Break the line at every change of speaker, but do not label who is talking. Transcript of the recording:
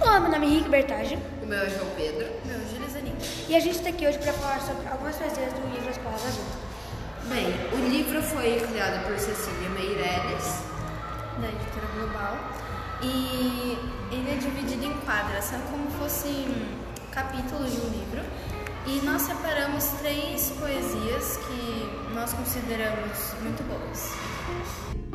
Olá, meu nome é Henrique Bertagem
O meu é João Pedro.
Meu, Júlia Zanin.
e a gente está aqui hoje para falar sobre algumas coisas do livro As Palavras Azuis.
Bem, o livro foi criado por Cecília Meirelles.
da editora Global. E ele é dividido em quadras, são como fossem capítulos de um livro. E nós separamos três poesias que nós consideramos muito boas.